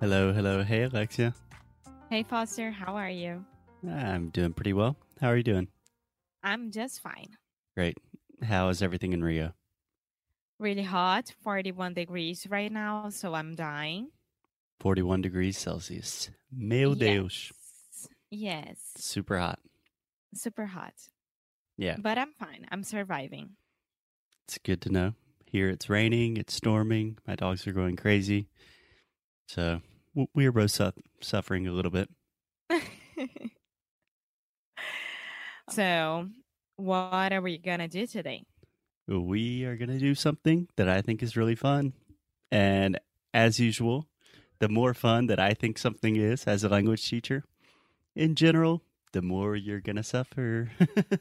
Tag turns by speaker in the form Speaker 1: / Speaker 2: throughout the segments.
Speaker 1: Hello, hello. Hey, Alexia.
Speaker 2: Hey, Foster, how are you?
Speaker 1: I'm doing pretty well. How are you doing?
Speaker 2: I'm just fine.
Speaker 1: Great. How is everything in Rio?
Speaker 2: Really hot, 41 degrees right now, so I'm dying.
Speaker 1: 41 degrees Celsius. Meu Deus.
Speaker 2: Yes. yes.
Speaker 1: Super hot.
Speaker 2: Super hot.
Speaker 1: Yeah.
Speaker 2: But I'm fine. I'm surviving.
Speaker 1: It's good to know. Here it's raining, it's storming, my dogs are going crazy. So w- we are both su- suffering a little bit.
Speaker 2: so, what are we going to do today?
Speaker 1: We are going to do something that I think is really fun. And as usual, the more fun that I think something is as a language teacher in general, the more you're going to suffer.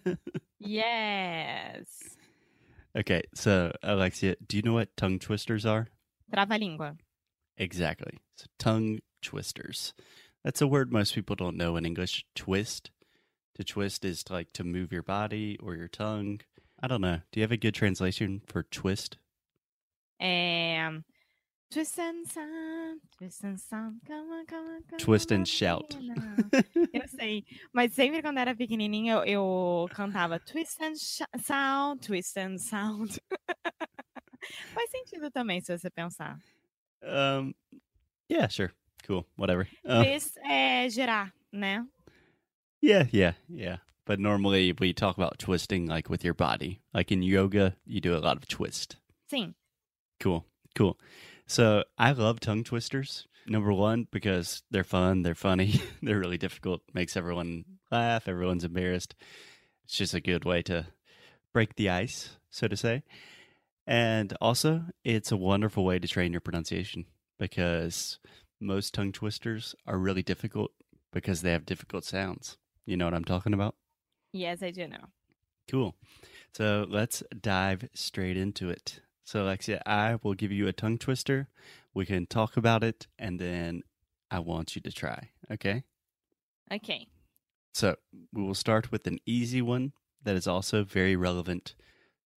Speaker 2: yes.
Speaker 1: Okay, so Alexia, do you know what tongue twisters are?
Speaker 2: Trava-língua.
Speaker 1: Exactly. So tongue twisters. That's a word most people don't know in English. Twist. To twist is to, like to move your body or your tongue. I don't know. Do you have a good translation for twist?
Speaker 2: Um, twist and sound, twist and sound, come on, come on, come
Speaker 1: Twist
Speaker 2: on,
Speaker 1: and shout.
Speaker 2: menina. Eu sei, mas sempre quando era pequenininha eu, eu cantava twist and sh- sound, twist and sound. Faz sentido também se você pensar.
Speaker 1: um, yeah, sure. Cool. Whatever. Um,
Speaker 2: Twist é girar, né?
Speaker 1: yeah, yeah, yeah. But normally we talk about twisting like with your body. Like in yoga, you do a lot of twist.
Speaker 2: Sim.
Speaker 1: Cool. Cool. So I love tongue twisters. Number one, because they're fun, they're funny, they're really difficult, makes everyone laugh, everyone's embarrassed. It's just a good way to break the ice, so to say. And also, it's a wonderful way to train your pronunciation because most tongue twisters are really difficult because they have difficult sounds. You know what I'm talking about?
Speaker 2: Yes, I do know.
Speaker 1: Cool. So let's dive straight into it. So, Alexia, I will give you a tongue twister. We can talk about it, and then I want you to try. Okay.
Speaker 2: Ok.
Speaker 1: So, we will start with an easy one that is also very relevant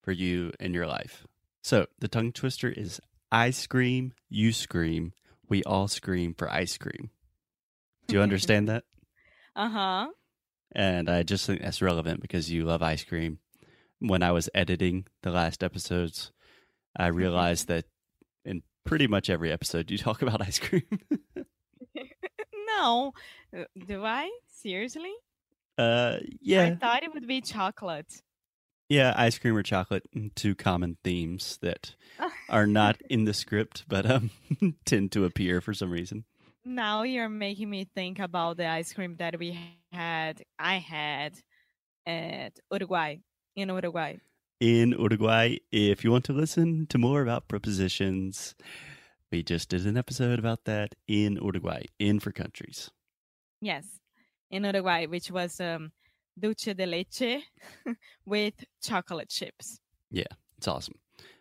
Speaker 1: for you in your life. So, the tongue twister is I scream, you scream, we all scream for ice cream. Do you understand that?
Speaker 2: Aham.
Speaker 1: And I just think that's relevant because you love ice cream. When I was editing the last episodes, I realized that in pretty much every episode you talk about ice cream.
Speaker 2: Não. Do I? Seriously?
Speaker 1: uh
Speaker 2: I
Speaker 1: yeah.
Speaker 2: thought it would be chocolate.
Speaker 1: Yeah, ice cream or chocolate, mm, two common themes that are not in the script but um tend to appear for some reason.
Speaker 2: Now you're making me think about the ice cream that we had, I had at Uruguay, in Uruguay.
Speaker 1: In Uruguay, if you want to listen to more about prepositions, we just did an episode about that in Uruguay, in for countries.
Speaker 2: Yes, in Uruguay, which was um, dulce de leche with chocolate chips.
Speaker 1: It's awesome.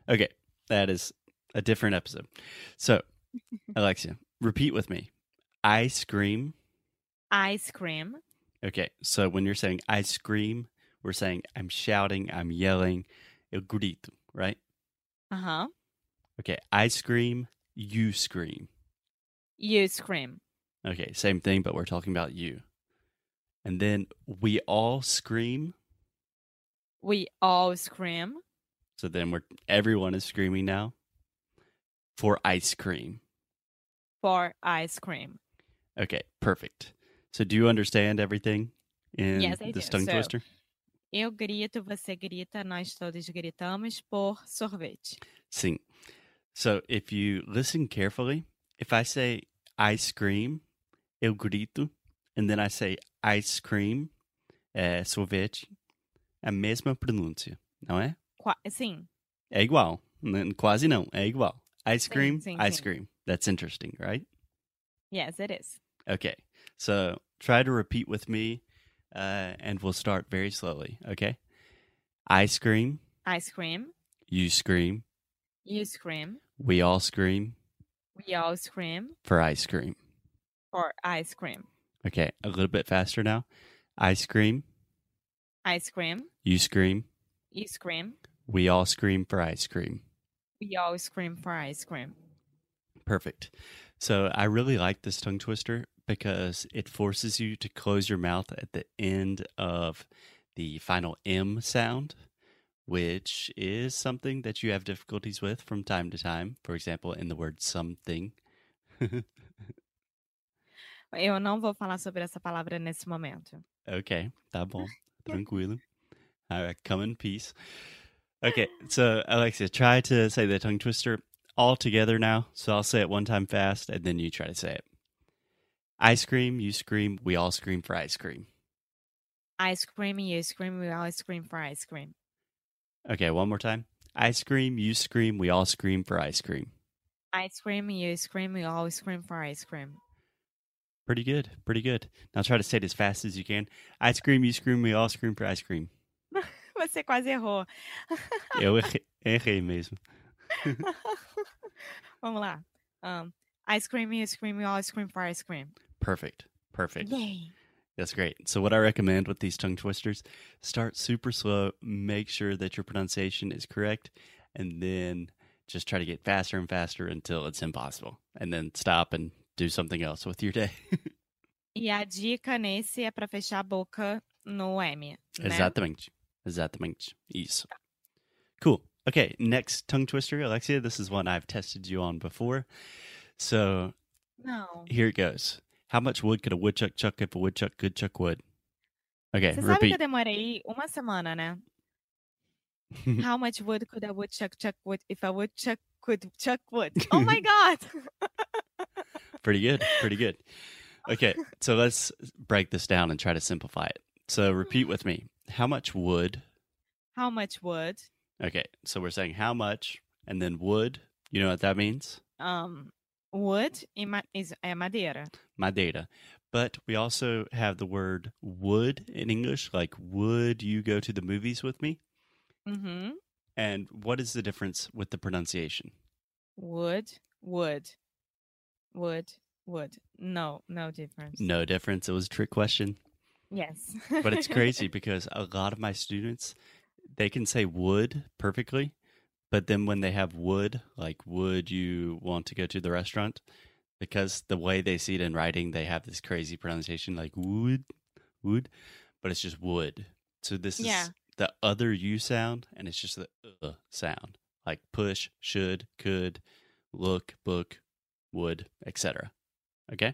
Speaker 1: Okay, that is a different episode. So, Alexia, repeat with me. I scream.
Speaker 2: Ice cream.
Speaker 1: Okay, so when you're saying I scream, we're saying I'm shouting, I'm yelling, eu grito, right?
Speaker 2: Uh huh.
Speaker 1: Okay, I scream, you scream.
Speaker 2: You scream.
Speaker 1: Okay, same thing, but we're talking about you. And then we all scream.
Speaker 2: We all scream.
Speaker 1: So then we're everyone is screaming now for ice cream.
Speaker 2: for ice cream.
Speaker 1: Okay, perfect. So do you understand everything in
Speaker 2: Yes, I
Speaker 1: this
Speaker 2: do.
Speaker 1: tongue
Speaker 2: So-
Speaker 1: twister?
Speaker 2: Eu grito, você grita, nós todos gritamos por sorvete.
Speaker 1: Sing. So if you listen carefully, if I say ice cream, eu grito, and then I say ice cream, é, sorvete, é a mesma pronúncia, não é?
Speaker 2: Qua- Sim,
Speaker 1: É igual. N- Quase não, é igual. Ice
Speaker 2: Sim,
Speaker 1: cream,
Speaker 2: sim,
Speaker 1: ice
Speaker 2: sim.
Speaker 1: cream. That's interesting, right?
Speaker 2: yes, it is.
Speaker 1: Okay. So try to repeat with me, uh, and we'll start very slowly, okay? Ice cream,
Speaker 2: Ice cream,
Speaker 1: you scream,
Speaker 2: you scream,
Speaker 1: we all scream
Speaker 2: we all scream
Speaker 1: for ice cream.
Speaker 2: for ice cream.
Speaker 1: Okay, a little bit faster now. I scream,
Speaker 2: Ice cream,
Speaker 1: you scream,
Speaker 2: you scream,
Speaker 1: we all scream for ice cream.
Speaker 2: we all scream for ice cream.
Speaker 1: Perfect. So I really like this tongue twister because it forces you to close your mouth at the end of the final M sound, which is something that you have difficulties with from time to time. For example, in the word something.
Speaker 2: Eu não vou falar sobre essa palavra nesse momento.
Speaker 1: Okay, tá bom. Tranquilo. All right, come in peace. Okay, so Alexia, try to say the tongue twister all together now. So I'll say it one time fast, and then you try to say it. Ice cream, you scream, we all scream for ice cream.
Speaker 2: Ice cream, you scream, we all scream for ice cream.
Speaker 1: Okay, one more time. Ice cream, you scream, we all scream for ice cream.
Speaker 2: Ice cream, you scream, we all scream for ice cream.
Speaker 1: Pretty good, pretty good. Now try to say it as fast as you can. Ice cream, you scream, we all scream for ice cream.
Speaker 2: Você quase errou.
Speaker 1: Eu errei- errei mesmo.
Speaker 2: Vamos lá. Um, ice cream, you scream, we all scream for ice cream.
Speaker 1: Perfect, perfect.
Speaker 2: Yay.
Speaker 1: That's great. So, what I recommend with these tongue twisters, start super slow, make sure that your pronunciation is correct, and then just try to get faster and faster until it's impossible. And then stop and do something else with your day.
Speaker 2: E a dica nesse é para fechar a boca no M. Né?
Speaker 1: Exatamente. Exatamente. Isso. Cool. Okay, next tongue twister, Alexia. This is one I've tested you on before. So,
Speaker 2: Não.
Speaker 1: here it goes. How much wood could a woodchuck chuck if a woodchuck could chuck wood? Okay,
Speaker 2: Você sabe que eu
Speaker 1: É, repeat.
Speaker 2: demorei uma semana, né?
Speaker 1: Uhum.
Speaker 2: How much wood could a woodchuck chuck wood if a woodchuck could chuck wood? Oh my god!
Speaker 1: Pretty good. Pretty good. Okay, so let's break this down and try to simplify it. So repeat with me. How much wood?
Speaker 2: How much wood?
Speaker 1: Okay, so we're saying how much and then wood. You know what that means?
Speaker 2: Um, wood e ma- is, é madeira.
Speaker 1: My data. But we also have the word would in English, like would you go to the movies with me?
Speaker 2: Uhum.
Speaker 1: And what is the difference with the pronunciation?
Speaker 2: Wood, wood, wood, wood. No, no difference.
Speaker 1: No difference. It was a trick question.
Speaker 2: Yes.
Speaker 1: but it's crazy because a lot of my students they can say would perfectly but then when they have would like would you want to go to the restaurant because the way they see it in writing they have this crazy pronunciation like would would but it's just would so this
Speaker 2: Yeah.
Speaker 1: is the other u sound and it's just the uh sound like push should could look book would etc okay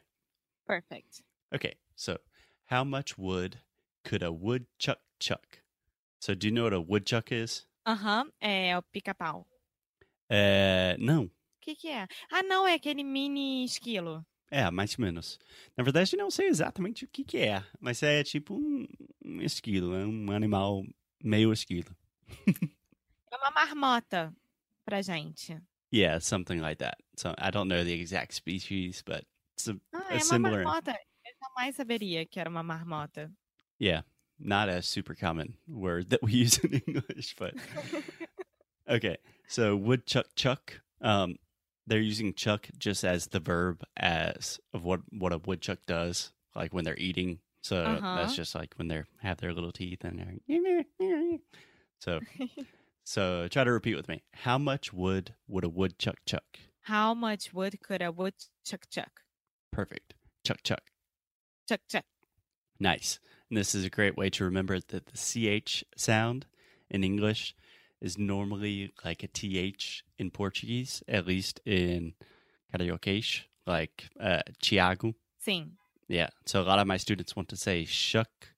Speaker 2: Perfect.
Speaker 1: Okay, so how much wood could a woodchuck chuck? So do you know what a woodchuck is?
Speaker 2: Aham, é o pica-pau.
Speaker 1: Uh, não.
Speaker 2: O que, que é? Ah, não, é aquele mini esquilo.
Speaker 1: É, mais ou menos. Na verdade, eu não sei exatamente o que, que é, mas é tipo um, um esquilo, é um animal meio esquilo.
Speaker 2: É uma marmota pra gente.
Speaker 1: Yeah, something like that. So I don't know the exact species, but it's a,
Speaker 2: Ah,
Speaker 1: É
Speaker 2: é uma
Speaker 1: similar.
Speaker 2: marmota. Eu jamais saberia que era uma marmota.
Speaker 1: yeah, not a super common word that we use in English, but Okay, so woodchuck chuck. Um, they're using chuck just as the verb as of what what a woodchuck does, like when they're eating. So
Speaker 2: Uh-huh.
Speaker 1: that's just like when they have their little teeth and they're. So so try to repeat with me. How much wood would a woodchuck chuck?
Speaker 2: How much wood could a woodchuck chuck?
Speaker 1: Perfect. Chuck chuck.
Speaker 2: Chuck chuck.
Speaker 1: Nice. And this is a great way to remember that the ch sound in English is normally like a th in Portuguese, at least in karaoke, like uh, Chiago.
Speaker 2: Sim.
Speaker 1: Yeah. So a lot of my students want to say shuck,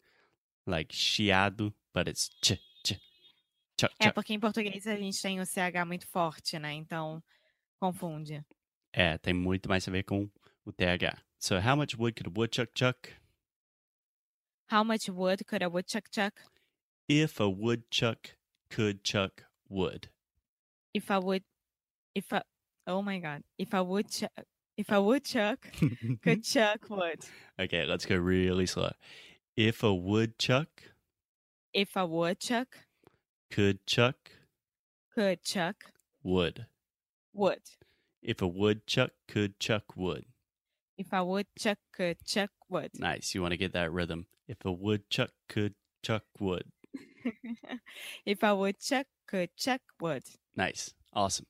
Speaker 1: like chiado, but it's ch, ch, chuck,
Speaker 2: É
Speaker 1: chuck.
Speaker 2: porque em português a gente tem o CH muito forte, né? Então confunde.
Speaker 1: É, tem muito mais a ver com o TH. So how much wood could a woodchuck chuck
Speaker 2: How much wood could a woodchuck chuck
Speaker 1: if a woodchuck could chuck wood?
Speaker 2: if a wood if a oh my god if a woodchuck if a woodchuck could chuck wood
Speaker 1: Okay, let's go really slow. If a woodchuck
Speaker 2: if a woodchuck
Speaker 1: could chuck
Speaker 2: could chuck
Speaker 1: wood.
Speaker 2: wood
Speaker 1: If a woodchuck could chuck wood.
Speaker 2: if a woodchuck could chuck wood
Speaker 1: Nice. You want to get that rhythm. If a woodchuck could chuck wood.
Speaker 2: if a woodchuck could chuck wood
Speaker 1: Nice. Awesome.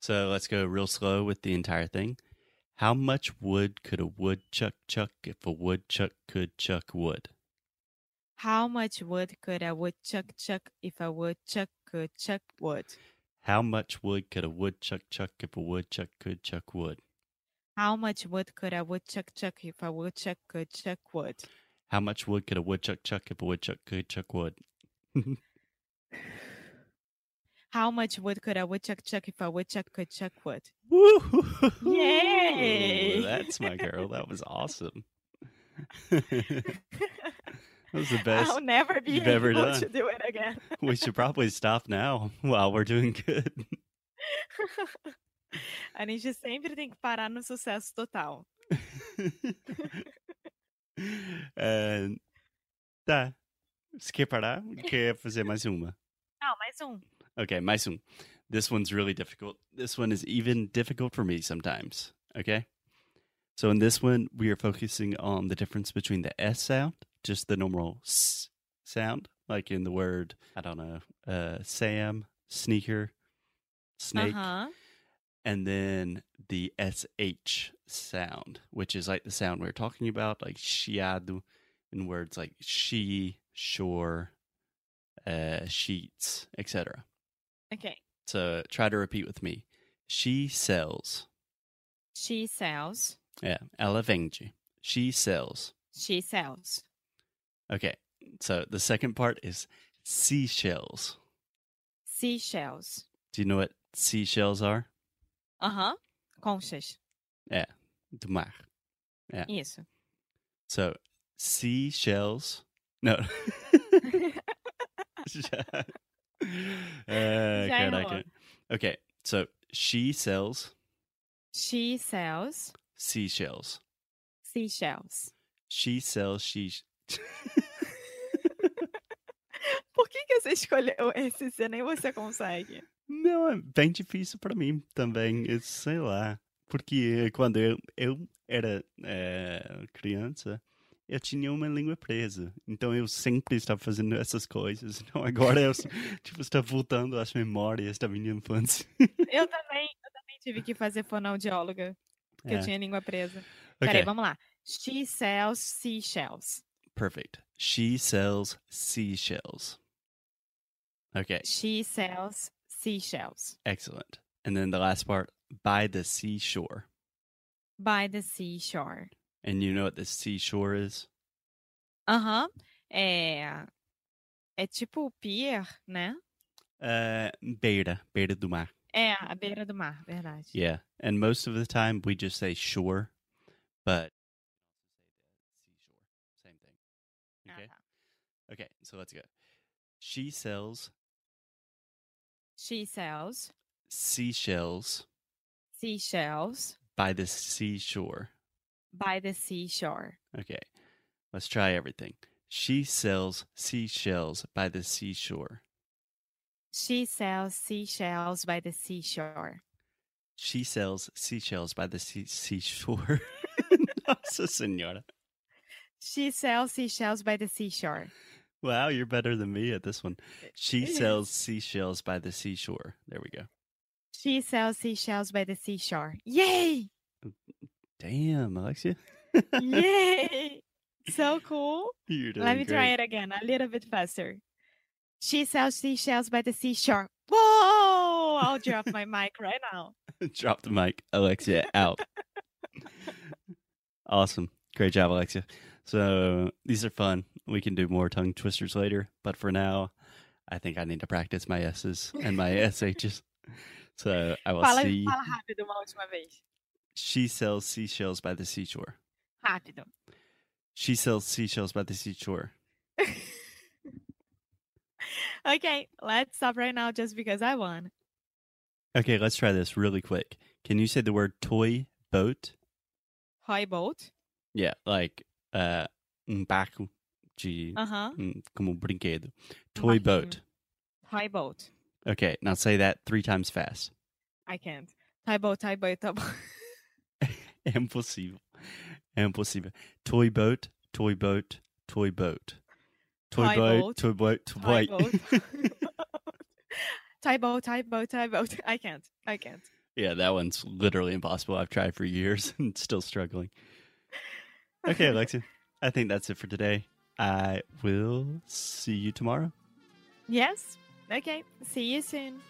Speaker 1: So let's go real slow with the entire thing. How much wood could a woodchuck chuck if a woodchuck could chuck wood?
Speaker 2: How much wood could a woodchuck chuck if a woodchuck could chuck wood?
Speaker 1: How much wood could a woodchuck chuck if a woodchuck could chuck wood?
Speaker 2: How much wood could a woodchuck chuck if a woodchuck could chuck wood?
Speaker 1: How much wood could a woodchuck chuck if a woodchuck could chuck wood?
Speaker 2: How much wood could a woodchuck chuck if a woodchuck could chuck wood?
Speaker 1: Woo!
Speaker 2: Yay!
Speaker 1: That's my girl. That was awesome. that was the best.
Speaker 2: I'll never be
Speaker 1: you've
Speaker 2: able
Speaker 1: ever
Speaker 2: to
Speaker 1: done.
Speaker 2: do it again.
Speaker 1: We should probably stop now while we're doing good.
Speaker 2: a gente sempre tem que parar no sucesso total.
Speaker 1: É, tá. Você quer parar? Quer fazer mais uma?
Speaker 2: Não, mais um.
Speaker 1: Okay, mais um. This one's really difficult. This one is even difficult for me sometimes. Okay. So in this one, we are focusing on the difference between the S sound, just the normal S sound, like in the word, I don't know, uh, Sam, sneaker, snake,
Speaker 2: Aham.
Speaker 1: and then the SH sound, which is like the sound we were talking about, like chiado, in words like she, shore, uh, sheets, etc.
Speaker 2: Ok.
Speaker 1: So try to repeat with me. She sells.
Speaker 2: She sells.
Speaker 1: Yeah, ela vende. She sells.
Speaker 2: She sells.
Speaker 1: Okay, so the second part is seashells.
Speaker 2: Seashells.
Speaker 1: Do you know what seashells are?
Speaker 2: Aham. Conchas.
Speaker 1: Do mar.
Speaker 2: Isso.
Speaker 1: So seashells. No. uh, God, I
Speaker 2: errou.
Speaker 1: can't. Okay, so she sells
Speaker 2: She sells.
Speaker 1: seashells.
Speaker 2: Seashells.
Speaker 1: She sells she.
Speaker 2: Por que, que você escolheu esse se nem você consegue?
Speaker 1: Não, é bem difícil para mim também, eu sei lá. Porque quando eu, eu era eh, criança, eu tinha uma língua presa. Então eu sempre estava fazendo essas coisas. Então agora eu tipo, estou voltando às memórias da minha infância.
Speaker 2: Eu também, eu também tive que fazer fonoaudióloga, porque eu
Speaker 1: É.
Speaker 2: tinha a língua presa.
Speaker 1: Okay,
Speaker 2: Peraí, vamos lá. She sells seashells.
Speaker 1: perfect. She sells seashells. Okay,
Speaker 2: She sells seashells.
Speaker 1: excellent. And then the last part, by the seashore.
Speaker 2: By the seashore.
Speaker 1: And you know what the seashore is?
Speaker 2: Aham. É. É tipo o pier, né?
Speaker 1: Uh, beira, beira do mar.
Speaker 2: É, a beira do mar, verdade.
Speaker 1: Yeah. And most of the time we just say shore, but seashore. Same thing.
Speaker 2: Ah,
Speaker 1: Okay.
Speaker 2: tá.
Speaker 1: Okay, so let's go. She sells
Speaker 2: She sells
Speaker 1: seashells
Speaker 2: seashells
Speaker 1: by the seashore.
Speaker 2: by the seashore.
Speaker 1: Okay. Let's try everything. She sells seashells by the seashore.
Speaker 2: She sells seashells by the seashore.
Speaker 1: She sells seashells by the sea- seashore. Nossa senora.
Speaker 2: She sells seashells by the seashore.
Speaker 1: Wow, you're better than me at this one. She
Speaker 2: Yes.
Speaker 1: sells seashells by the seashore. There we go.
Speaker 2: She sells seashells by the seashore. Yay!
Speaker 1: Damn, Alexia.
Speaker 2: Yay! So cool.
Speaker 1: You're doing
Speaker 2: Let me
Speaker 1: great.
Speaker 2: try it again a little bit faster. She sells seashells by the seashore. Whoa! I'll drop my mic right now.
Speaker 1: Drop the mic. Alexia out. awesome. Great job, Alexia. So these are fun. We can do more tongue twisters later, but for now, I think I need to practice my S's and my SH's. So I will
Speaker 2: Fala,
Speaker 1: see.
Speaker 2: fala rápido uma última vez.
Speaker 1: She sells seashells by the seashore.
Speaker 2: Rápido.
Speaker 1: She sells seashells by the seashore.
Speaker 2: Okay, let's stop right now just because I won.
Speaker 1: Okay, let's try this really quick. Can you say the word toy boat?
Speaker 2: Roy Bolt.
Speaker 1: Yeah, like uh, um barco de
Speaker 2: Uh-huh.
Speaker 1: Mm, como um brinquedo. Toy
Speaker 2: barquinho.
Speaker 1: boat.
Speaker 2: Roy Bolt.
Speaker 1: Okay, now say that three times fast.
Speaker 2: I can't. Toy boat, toy boat, toy boat.
Speaker 1: É impossível. É impossível. Toy boat, toy boat, toy boat. Toy
Speaker 2: Toy
Speaker 1: boat,
Speaker 2: boat,
Speaker 1: toy boat, toy
Speaker 2: Toy boat.
Speaker 1: boat.
Speaker 2: toy boat, toy boat, toy boat. I can't. I can't.
Speaker 1: Yeah, that one's literally impossible. I've tried for years and still struggling. Okay, Alexia, I think that's it for today. I will see you tomorrow.
Speaker 2: Yes. Okay. See you soon.